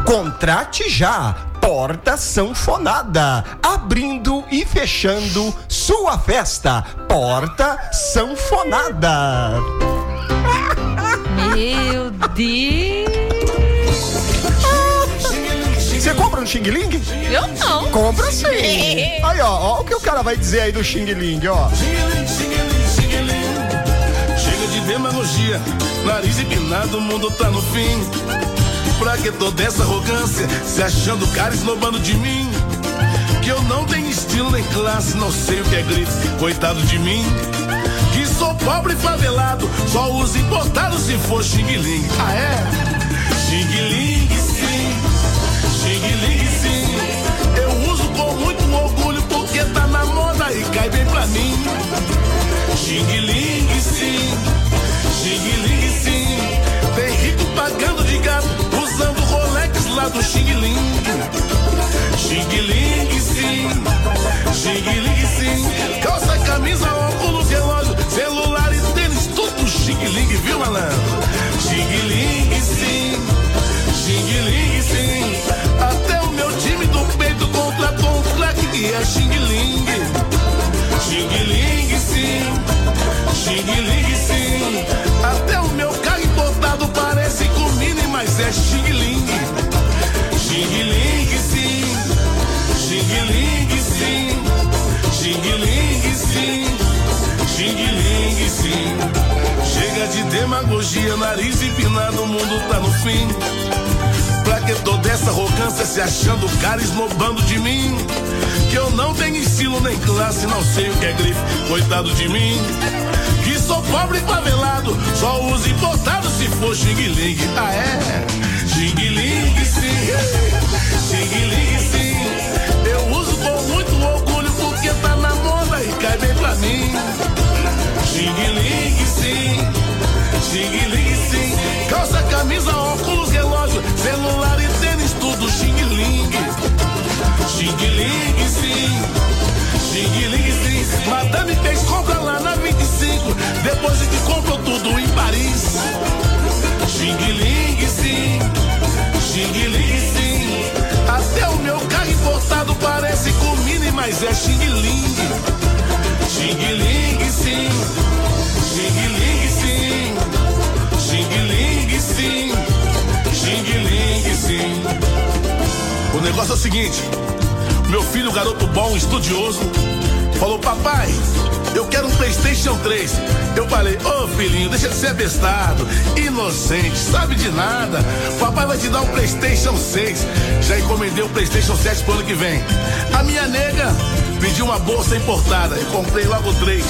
B: Contrate já Porta Sanfonada, abrindo e fechando sua festa. Porta Sanfonada.
A: Meu Deus.
B: Você compra um Xing Ling?
A: Eu não.
B: Compra
A: [laughs]
B: sim. Aí, ó, ó, o que o cara vai dizer aí do Xing Ling, ó.
L: Chega de demagogia, nariz empinado, o mundo tá no fim. Pra que toda essa arrogância, se achando cara esnobando de mim? Que eu não tenho estilo nem classe, não sei o que é grito, coitado de mim. Que sou pobre e favelado, só uso importado se for xing-ling. Ah é? Xing-ling sim, xing-ling sim. Eu uso com muito orgulho porque tá na moda e cai bem pra mim. Xing-ling, sim. Xing-ling, sim. Tem rico pagando de gato, usando Rolex lá do xing-ling. Xing-ling, sim. Xing-ling, sim. Calça, camisa, óculos, relógio, celular e tênis, tudo xing-ling, viu, malandro? Xing-ling, sim. Xing-ling, sim. Até o meu time do peito contratou um craque que é xing-ling. Xing-ling, sim. Xing-ling, sim. Até o meu carro importado parece com mini, mas é xing-ling. Xing-ling, sim. Xing-ling, sim. Xing-ling, sim. Xing-ling, sim. Chega de demagogia, nariz empinado, o mundo tá no fim. Pra que toda essa arrogância se achando cara esnobando de mim? Que eu não tenho estilo nem classe, não sei o que é grife, coitado de mim. Que sou pobre e favelado, só uso importado se for xing-ling. Ah é? Xing-ling sim, xing-ling sim. Eu uso com muito orgulho porque tá na moda e cai bem pra mim. Xing-ling sim. Xing-ling, sim. Calça, camisa, óculos, relógio, celular e tênis, tudo xing-ling. Xing-ling, sim. Xing-ling, sim. Madame fez compra lá na 25. Depois de que comprou tudo em Paris. Xing-ling, sim. Xing-ling, sim. Até o meu carro importado parece com mini, mas é xing-ling. Xing-ling, sim. Xing-ling, sim. Xing-ling, sim. Xing-ling, sim. O negócio é o seguinte: meu filho, garoto bom, estudioso, Falou, papai, eu quero um Playstation 3. Eu falei, ô filhinho, deixa de ser bestado, inocente, sabe de nada. Papai vai te dar um Playstation 6. Já encomendei o Playstation 7 pro ano que vem. A minha nega pediu uma bolsa importada. Eu comprei logo três.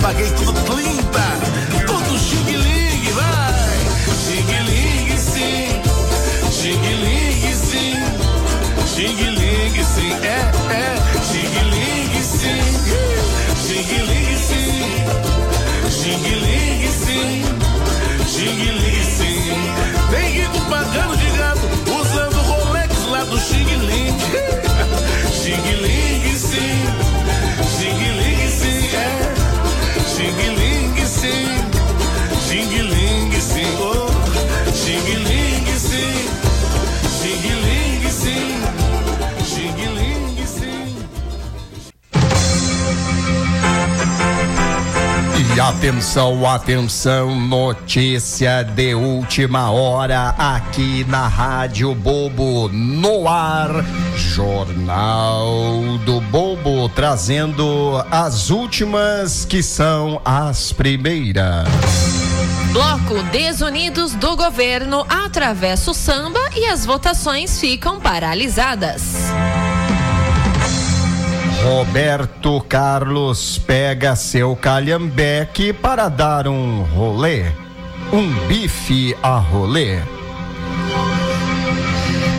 L: Paguei tudo 30. Todo xing-ling, vai! Xing-ling, sim. Xing-ling, sim. Xing-ling, sim. É, é. Xing-ling, sim. Xing-ling, sim. Xing-ling, sim. Xing-ling, sim. Tem rico pagando de gato, usando Rolex lá do xing-ling. Xing-ling, sim. Xing-ling, sim. É. Xing-ling, sim. Xing-ling, sim. Oh. Xing-ling, sim. Xing-ling, sim. Xing-ling, sim.
B: E atenção, atenção, notícia de última hora aqui na Rádio Bobo no ar. Jornal do Bobo trazendo as últimas que são as primeiras.
A: Bloco Desunidos do governo atravessa o samba e as votações ficam paralisadas.
B: Roberto Carlos pega seu calhambeque para dar um rolê, um bife a rolê.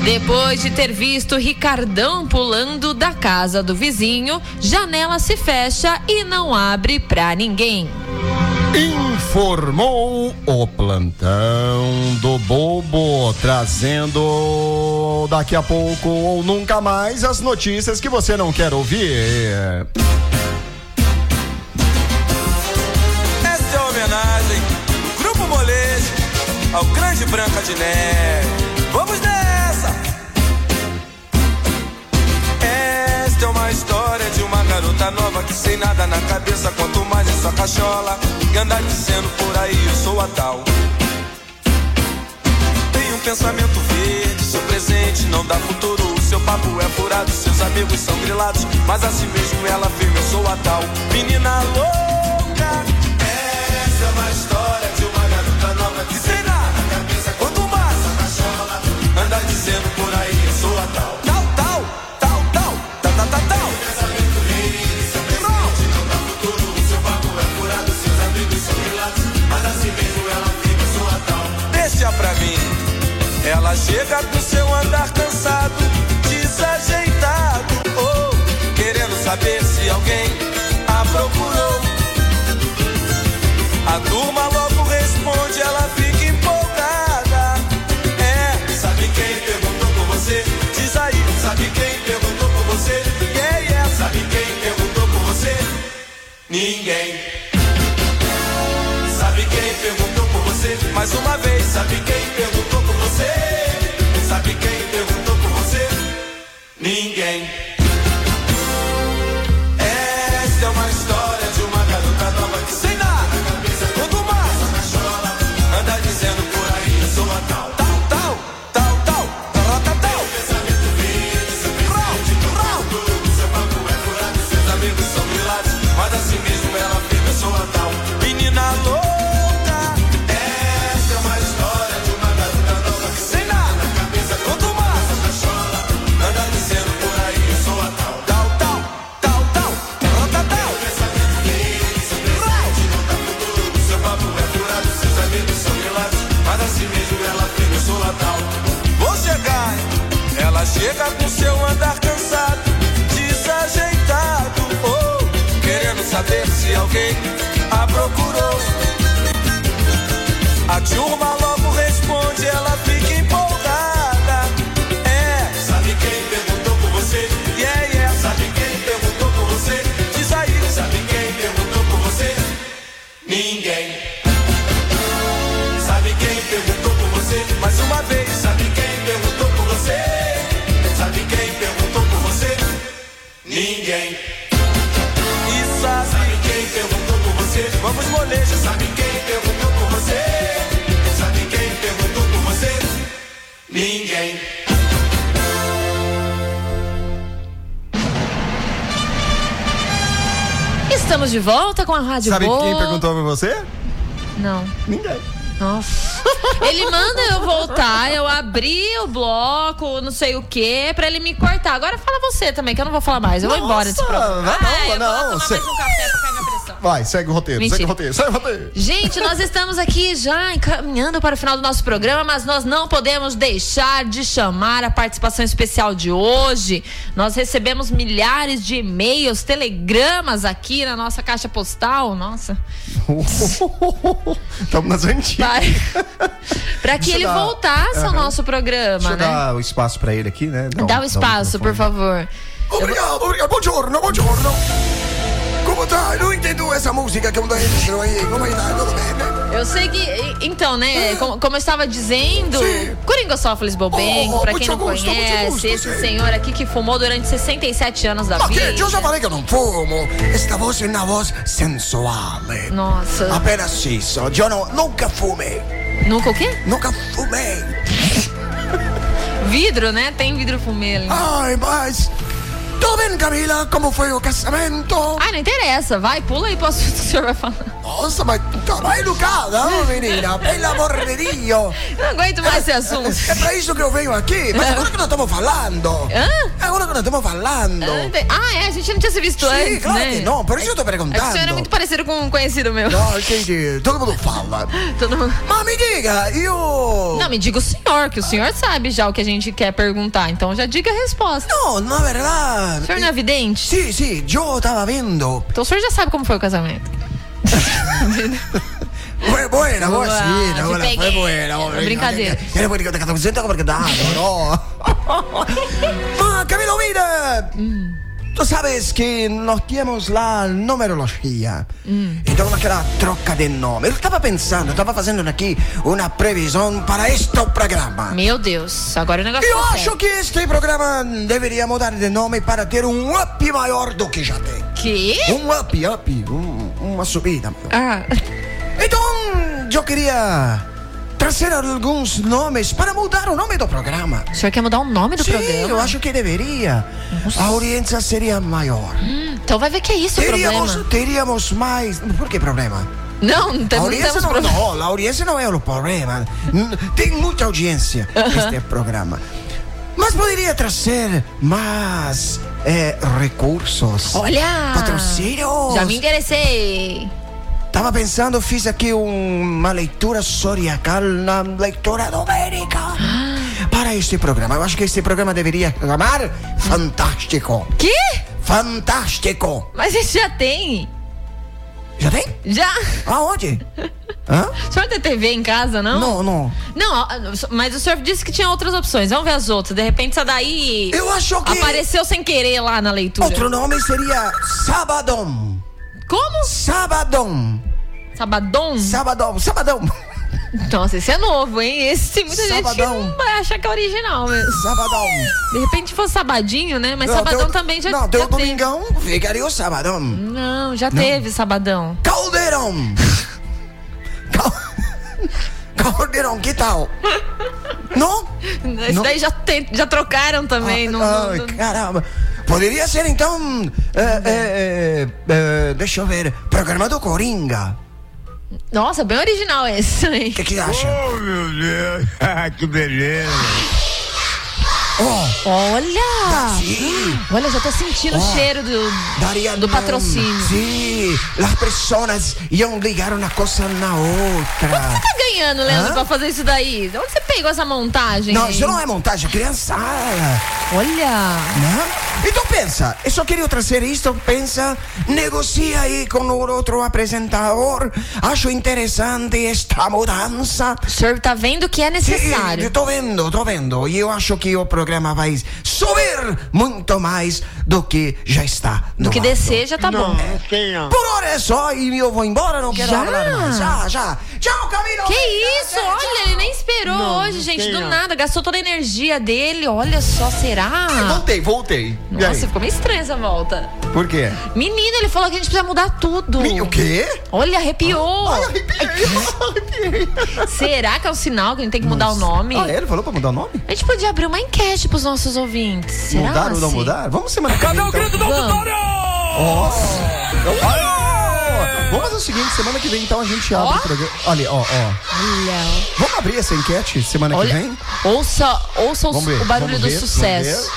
A: Depois de ter visto Ricardão pulando da casa do vizinho, janela se fecha e não abre pra ninguém.
B: Informou o plantão do bobo, trazendo daqui a pouco ou nunca mais as notícias que você não quer ouvir.
E: Esta é a homenagem, Grupo Molejo, ao grande Branca de Neve. Vamos nessa! Esta é uma história de uma garota nova que sem nada na cabeça, quanto mais em sua cachola, e anda dizendo por aí eu sou a tal. Tem um pensamento verde, seu presente não dá futuro, o seu papo é furado, seus amigos são grilados, mas a si mesmo ela afirma eu sou a tal. Menina louca, essa é uma história de uma garota nova que sem nada na cabeça, quanto mais a cachola, tá anda dizendo por aí eu sou a tal. Tal, tal, tal, tal, tal, tal, tal, tal. Pensamento verde, seu presente não dá futuro, o seu papo é furado, seus amigos são grilados, mas assim mesmo ela fica sua tal. Deixa pra mim. Ela chega com seu andar cansado, desajeitado, oh, querendo saber se alguém a procurou. A turma logo responde, ela fica empolgada. É, sabe quem perguntou por você? Diz aí, sabe quem perguntou por você? Yeah, yeah. Sabe quem perguntou por você? Ninguém. Sabe quem perguntou por você? Mais uma vez, sabe quem perguntou por você? Sabe quem perguntou por você? Ninguém. Esta é uma história de uma garota nova que sem nada na cabeça, quanto mais a cachola, anda dizendo por aí eu sou a tal. Tal, tal, tal, tal, tal, tal, tal. Pensamento verde, seu presente no futuro, seu papo é furado, seus amigos são grilados, mas assim mesmo ela fica eu sou a tal. Menina louca, esta é uma história de uma garota nova que sem nada na cabeça, quanto mais a cachola, anda dizendo por aí eu sou a tal. Tal, tal, tal, tal, tal, tal, tal. Pensamento verde, seu presente no futuro, seu papo é furado, seus amigos são grilados, mas assim mesmo ela fica eu sou a tal. Vou chegar, hein? ela chega com seu andar cansado, desajeitado, oh, querendo saber se alguém a procurou. A turma logo responde, ela fica empolgada. É, sabe quem perguntou por você? Yeah, yeah. Sabe quem perguntou por você? Diz aí, sabe quem perguntou por você? Ninguém. Sabe quem perguntou por você? Mais uma vez, sabe quem perguntou por você? Sabe quem perguntou por você? Ninguém. E sabe, quem perguntou por você? Vamos moleja, sabe quem perguntou por você? Sabe quem perguntou por você? Ninguém.
A: Estamos Tá de volta com a Rádio
B: Sabe
A: Boa.
B: quem perguntou pra você?
A: Não.
B: Ninguém.
A: Nossa. [laughs] Ele manda eu voltar, eu abri o bloco, não sei o quê, pra ele me cortar. Agora fala você também, que eu não vou falar mais. Eu vou embora desse programa.
B: Não,
A: Ah, eu
B: não,
A: vou tomar
B: você-
A: mais um café pra cair minha pressão.
B: Vai, segue o roteiro, segue
A: Mentira.
B: o roteiro, segue o roteiro.
A: Gente, nós estamos aqui já encaminhando para o final do nosso programa, mas nós não podemos deixar de chamar a participação especial de hoje. Nós recebemos milhares de e-mails, telegramas aqui na nossa caixa postal.
B: [laughs]
A: Nossa.
B: Estamos nas antigas.
A: Para que
B: Deixa eu
A: ele
B: dar-
A: voltasse ao
B: Aham.
A: nosso programa,
B: Deixa eu
A: né?
B: dar o espaço pra ele aqui, né?
A: Dá o espaço, por favor.
I: Obrigado, obrigado. Buongiorno, buongiorno. Como tá? Non intendo essa música que é eu não entendo aí. Como tá? Tudo bem?
A: Eu sei que. e- Então,
I: Ah.
A: né? Como, como eu estava dizendo, Coringosófilis Bobengo,
I: Oh,
A: pra
I: muito
A: quem não
I: gosto, muito
A: conhece,
I: gosto,
A: esse
I: sim.
A: senhor aqui que fumou durante 67 anos da
I: Ma
A: vida.
I: che? Io già falei che non fumo. Esta voz è una voz sensuale.
A: Nossa.
I: Appena scisso, io no, nunca fumei.
A: Nunca o quê?
I: Nunca fumei.
A: Vidro, né? Tem vidro fumê ali.
I: Ai, mas. Tudo bem, Camila? Como foi o casamento?
A: Ah, não interessa. Vai, pula aí pro assunto que o senhor vai falar.
I: Nossa, mas tá mal educada, oh, menina. Pelo amor de Dio.
A: Não aguento mais esse assunto. É.
I: É pra isso que eu venho aqui. Mas agora que nós estamos falando. Hã? Agora que nós estamos falando.
A: Ah, ente- Ah, é, a gente não tinha se visto
I: Sim,
A: antes,
I: claro
A: né?
I: que não, por isso eu tô
A: É que o senhor é
I: perguntando.
A: muito parecido com um conhecido meu.
I: Não, entendi. Todo mundo fala.
A: [laughs] Todo mundo...
I: Mas me diga, e o...
A: Não, me diga o senhor, que o senhor sabe já o que a gente quer perguntar. Então já diga a resposta.
I: Não, na
A: O
I: verdade.
A: senhor não é vidente?
I: Sim, sim, eu tava vendo.
A: Então o senhor já sabe como foi o casamento.
I: Foi buena, boa,
A: Boa,
I: sim,
A: te
I: buena, foi
A: peguei. É
I: buena. buena.
A: Brincadeira.
I: Era porque eu tava sentado, porque tava,
A: [laughs]
I: no.
F: [laughs]
I: Ma, Camilo, mira.
A: Mm.
I: Tú sabes que nos temos la numerología.
A: Hum.
I: Então naquela troca de nome. Eu tava pensando, eu tava fazendo aqui uma previsão para este programa.
A: Meu Deus, agora o negócio
I: Eu
A: tá
I: Ah. acho
A: sério.
I: que este programa deveria mudar de nome para ter um up maior do que já tem.
A: Que?
I: Um up, up, um- uma subida.
A: Ah,
I: Então, eu queria trazer alguns nomes para mudar o nome do programa.
A: o senhor quer mudar o nome do
I: Sim,
A: programa?
I: eu acho que deveria. A audiência seria maior.
A: Hum, então vai ver que é isso o
I: Teríamos,
A: problema.
I: teríamos mais. Por que problema?
A: Não, não temos,
I: A
A: não
I: audiência
A: temos
I: não,
A: problema.
I: não, a audiência não é o problema. N- Tem muita audiência este programa. Mas poderia trazer mais eh, recursos.
A: Olha!
I: Patrocínios!
A: Ah. Já me interessei.
I: Tava pensando, fiz aqui uma leitura zodiacal na leitura domênica para este programa. Eu acho que este programa deveria chamar Fantástico.
A: Que?
I: Fantástico.
A: Mas esse já tem.
I: Já tem?
A: Já.
I: Aonde? Hã?
A: O senhor tem TV em casa, não?
I: Não, não.
A: Não, ó, mas o senhor disse que tinha outras opções. Vamos ver as outras. De repente, essa daí.
I: Eu acho que-
A: Apareceu sem querer lá na leitura.
I: Outro nome seria Sabadão.
A: Como?
I: Sabadão.
A: Sabadão?
I: Sabadão, sabadão.
A: Nossa, esse é novo, hein? Esse tem muita gente
I: Sabadão.
A: que não vai achar que é original mesmo.
I: Sabadão.
A: De repente fosse sabadinho, né? Mas
I: Não,
A: sabadão
I: tem o-
A: também já,
I: Não, tem
A: já
I: o
A: teve.
I: domingão, ficaria o sabadão.
A: Não, já teve sabadão.
I: Caldeirão. Cal... Caldeirão, que tal? Não?
A: Esse daí já, tem- já trocaram também. não, não-
I: Ah, Ai,
A: não-
I: caramba. Poderia ser então. é, é, é, é, deixa eu ver. Programa do Coringa.
A: Nossa, bem original esse aí.
I: O que, que acha?
M: Oh, meu Deus. [laughs] Ah, que beleza.
I: Oh,
A: Olha!
I: sim.
A: Olha, já tô sentindo o
I: Ó,
A: cheiro do,
I: Daria
A: do
I: nome.
A: patrocínio.
I: Sim. As pessoas iam ligar uma coisa na outra.
A: Tá ganhando, Leandro,
I: Hã?
A: pra fazer isso daí? De onde você pegou essa montagem?
I: Não,
A: aí?
I: isso não é montagem, criançada.
A: Olha!
I: Né? Então pensa, eu só queria trazer isto, pensa, negocia aí com o outro apresentador, acho interessante esta mudança.
A: O senhor tá vendo que é
I: Sim,
A: necessário.
I: eu tô vendo, tô vendo, e eu acho que o programa vai subir muito mais do que já está no
A: Do que
I: ar.
A: descer já tá bom.
I: Por hora é só e eu vou embora, não quero
A: Já?
I: falar mais. Já, já. Tchau, Camilo.
A: Que
B: tá
A: isso? Olha, ele nem esperou hoje, gente. Do nada, gastou toda a energia dele. Olha só, será?
B: Voltei, voltei. E aí?
A: Ah. Nossa, ficou meio estranha essa volta.
B: Por quê?
A: Menino, ele falou que a gente precisa mudar tudo.
B: Me- O quê?
A: Olha, arrepiou.
B: Ai, arrepiei. [laughs] arrepiei.
A: Será que é um sinal que a gente tem que mudar o nome?
B: Ah, é? ele falou pra mudar o nome?
A: A gente podia abrir uma enquete pros nossos ouvintes. Será
B: mudar ou não
A: assim?
B: então. mudar? Vamos semana que vem. Cadê
A: Vamos.
B: Nossa. Então, Olha! Vamos fazer o seguinte, semana que vem então a gente abre o programa. Olha, ó, ó.
A: Olha.
B: Vamos abrir essa enquete semana
A: Olha,
B: que vem?
A: Ouça, ouça o,
B: Vamos ver,
A: o barulho
B: vamos
A: do
B: ver, vamos
A: sucesso.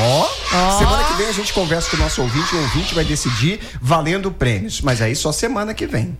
B: Ó.
A: Ó.
B: Semana que vem a gente conversa com o nosso ouvinte, o ouvinte vai decidir valendo prêmios. Mas aí só semana que vem.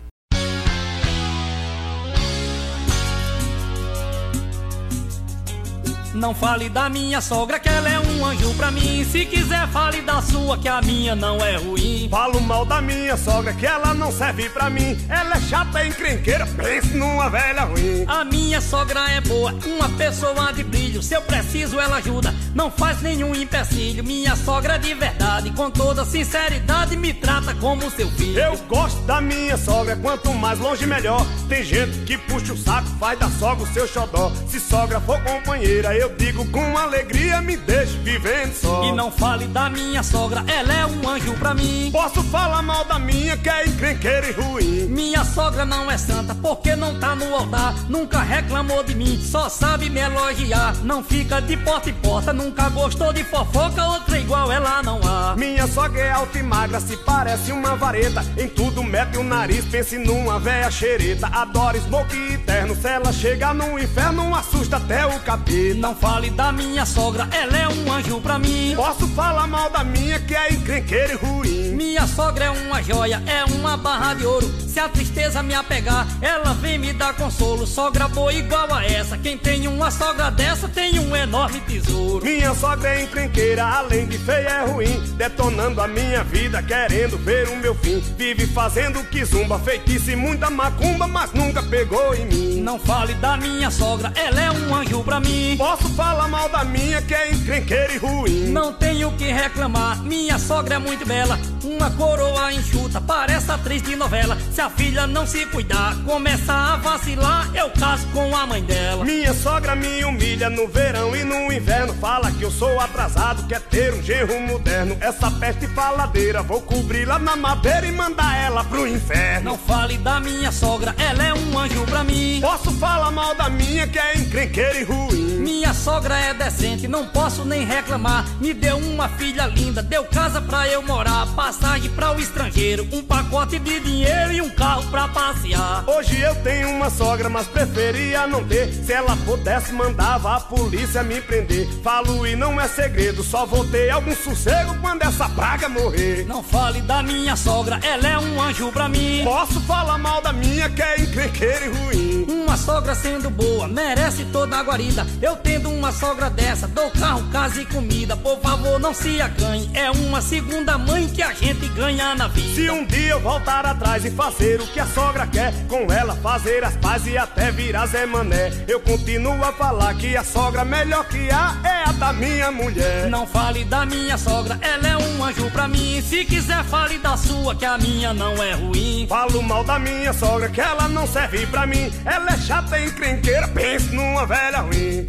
N: Não fale da minha sogra que ela é um anjo pra mim Se quiser fale da sua que a minha não é ruim
O: Falo mal da minha sogra que ela não serve pra mim Ela é chata, encrenqueira, pense numa velha ruim
N: A minha sogra é boa, uma pessoa de brilho Se eu preciso ela ajuda, não faz nenhum empecilho Minha sogra é de verdade, com toda sinceridade Me trata como seu filho
O: assim. Eu gosto da minha sogra, quanto mais longe melhor Tem gente que puxa o saco, faz da sogra o seu xodó Se sogra for companheira, eu digo com alegria Me deixe vivendo só
N: E não fale da minha sogra, ela é um anjo pra mim
O: Posso falar mal da minha que é encrenqueira e ruim
N: Minha sogra não é santa porque não tá no altar. Nunca reclamou de mim, só sabe me elogiar. Não fica de porta em porta, nunca gostou de fofoca. Outra igual ela não há.
O: Minha sogra é alta e magra, se parece uma vareta. Em tudo mete o nariz, pense numa véia xereta. Adora smoke e terno, se ela chegar no inferno, assusta até o capeta.
N: Não fale da minha sogra, ela é um anjo pra mim.
O: Posso falar mal da minha que é encrenqueira e ruim.
N: Minha sogra é uma joia, é uma barra de ouro. Se a tristeza me apegar, ela vem me dar consolo. Sogra boa igual a essa. Quem tem uma sogra dessa tem um enorme tesouro.
O: Minha sogra é encrenqueira, além de feia é ruim. Detonando a minha vida, querendo ver o meu fim. Vive fazendo que zumba, feitiço e muita macumba, mas nunca pegou em mim.
N: Não fale da minha sogra, ela é um anjo pra mim.
O: Posso falar mal da minha que é encrenqueira e ruim.
N: Não tenho o que reclamar, minha sogra é muito bela. Uma coroa enxuta, parece atriz de novela. Se a filha não se cuidar, começa a vacilar, eu caso com a mãe dela.
O: Minha sogra me humilha no verão e no inverno. Fala que eu sou atrasado, quer ter um genro moderno. Essa peste faladeira, vou cobri-la na madeira e mandar ela pro inferno.
N: Não fale da minha sogra, ela é um anjo pra mim.
O: Posso falar mal da minha que é encrenqueira e ruim.
N: Minha sogra é decente, não posso nem reclamar. Me deu uma filha linda, deu casa pra eu morar, passagem pra o estrangeiro, um pacote de dinheiro e um carro pra passear.
O: Hoje eu tenho uma sogra, mas preferia não ter. Se ela pudesse, mandava a polícia me prender. Falo e não é segredo, só vou ter algum sossego quando essa praga morrer.
N: Não fale da minha sogra, ela é um anjo pra mim.
O: Posso falar mal da minha que é encrenqueira e ruim.
N: Uma sogra sendo boa, merece toda a guarida. Eu tendo uma sogra dessa, dou carro, casa e comida. Por favor, não se acanhe. É uma segunda mãe que a gente ganha na vida.
O: Se um dia eu voltar atrás e fazer o que a sogra quer, com ela fazer as pazes e até virar Zé Mané, eu continuo a falar que a sogra melhor que há é a da minha mulher.
N: Não fale da minha sogra, ela é um anjo pra mim. Se quiser, fale da sua, que a minha não é ruim.
O: Falo mal da minha sogra, que ela não serve pra mim. Ela é chata e encrenqueira, pense numa velha ruim.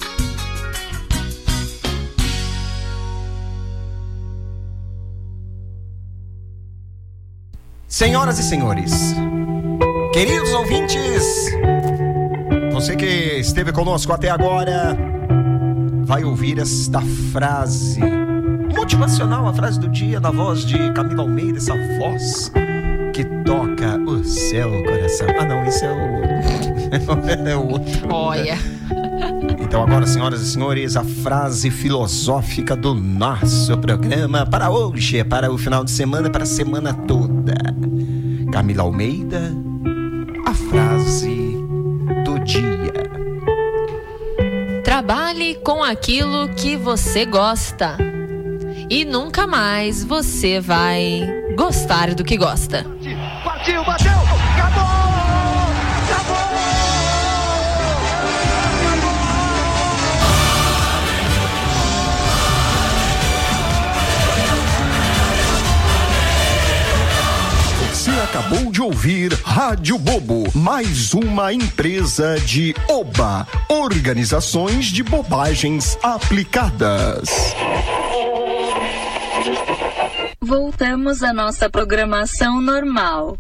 B: Senhoras e senhores, queridos ouvintes, você que esteve conosco até agora vai ouvir esta frase motivacional, a frase do dia, na voz de Camila Almeida, essa voz que toca o seu coração. Ah, não, isso é o. é o outro. [laughs]
A: Olha.
B: Então, agora, senhoras e senhores, a frase filosófica do nosso programa para hoje, é para o final de semana, para a semana toda. Camila Almeida, a frase do dia.
A: Trabalhe com aquilo que você gosta. E nunca mais você vai gostar do que gosta.
L: Partiu, bateu, acabou!
M: Você acabou de ouvir Rádio Bobo, mais uma empresa de OBA, Organizações de Bobagens Aplicadas.
P: Voltamos à nossa programação normal.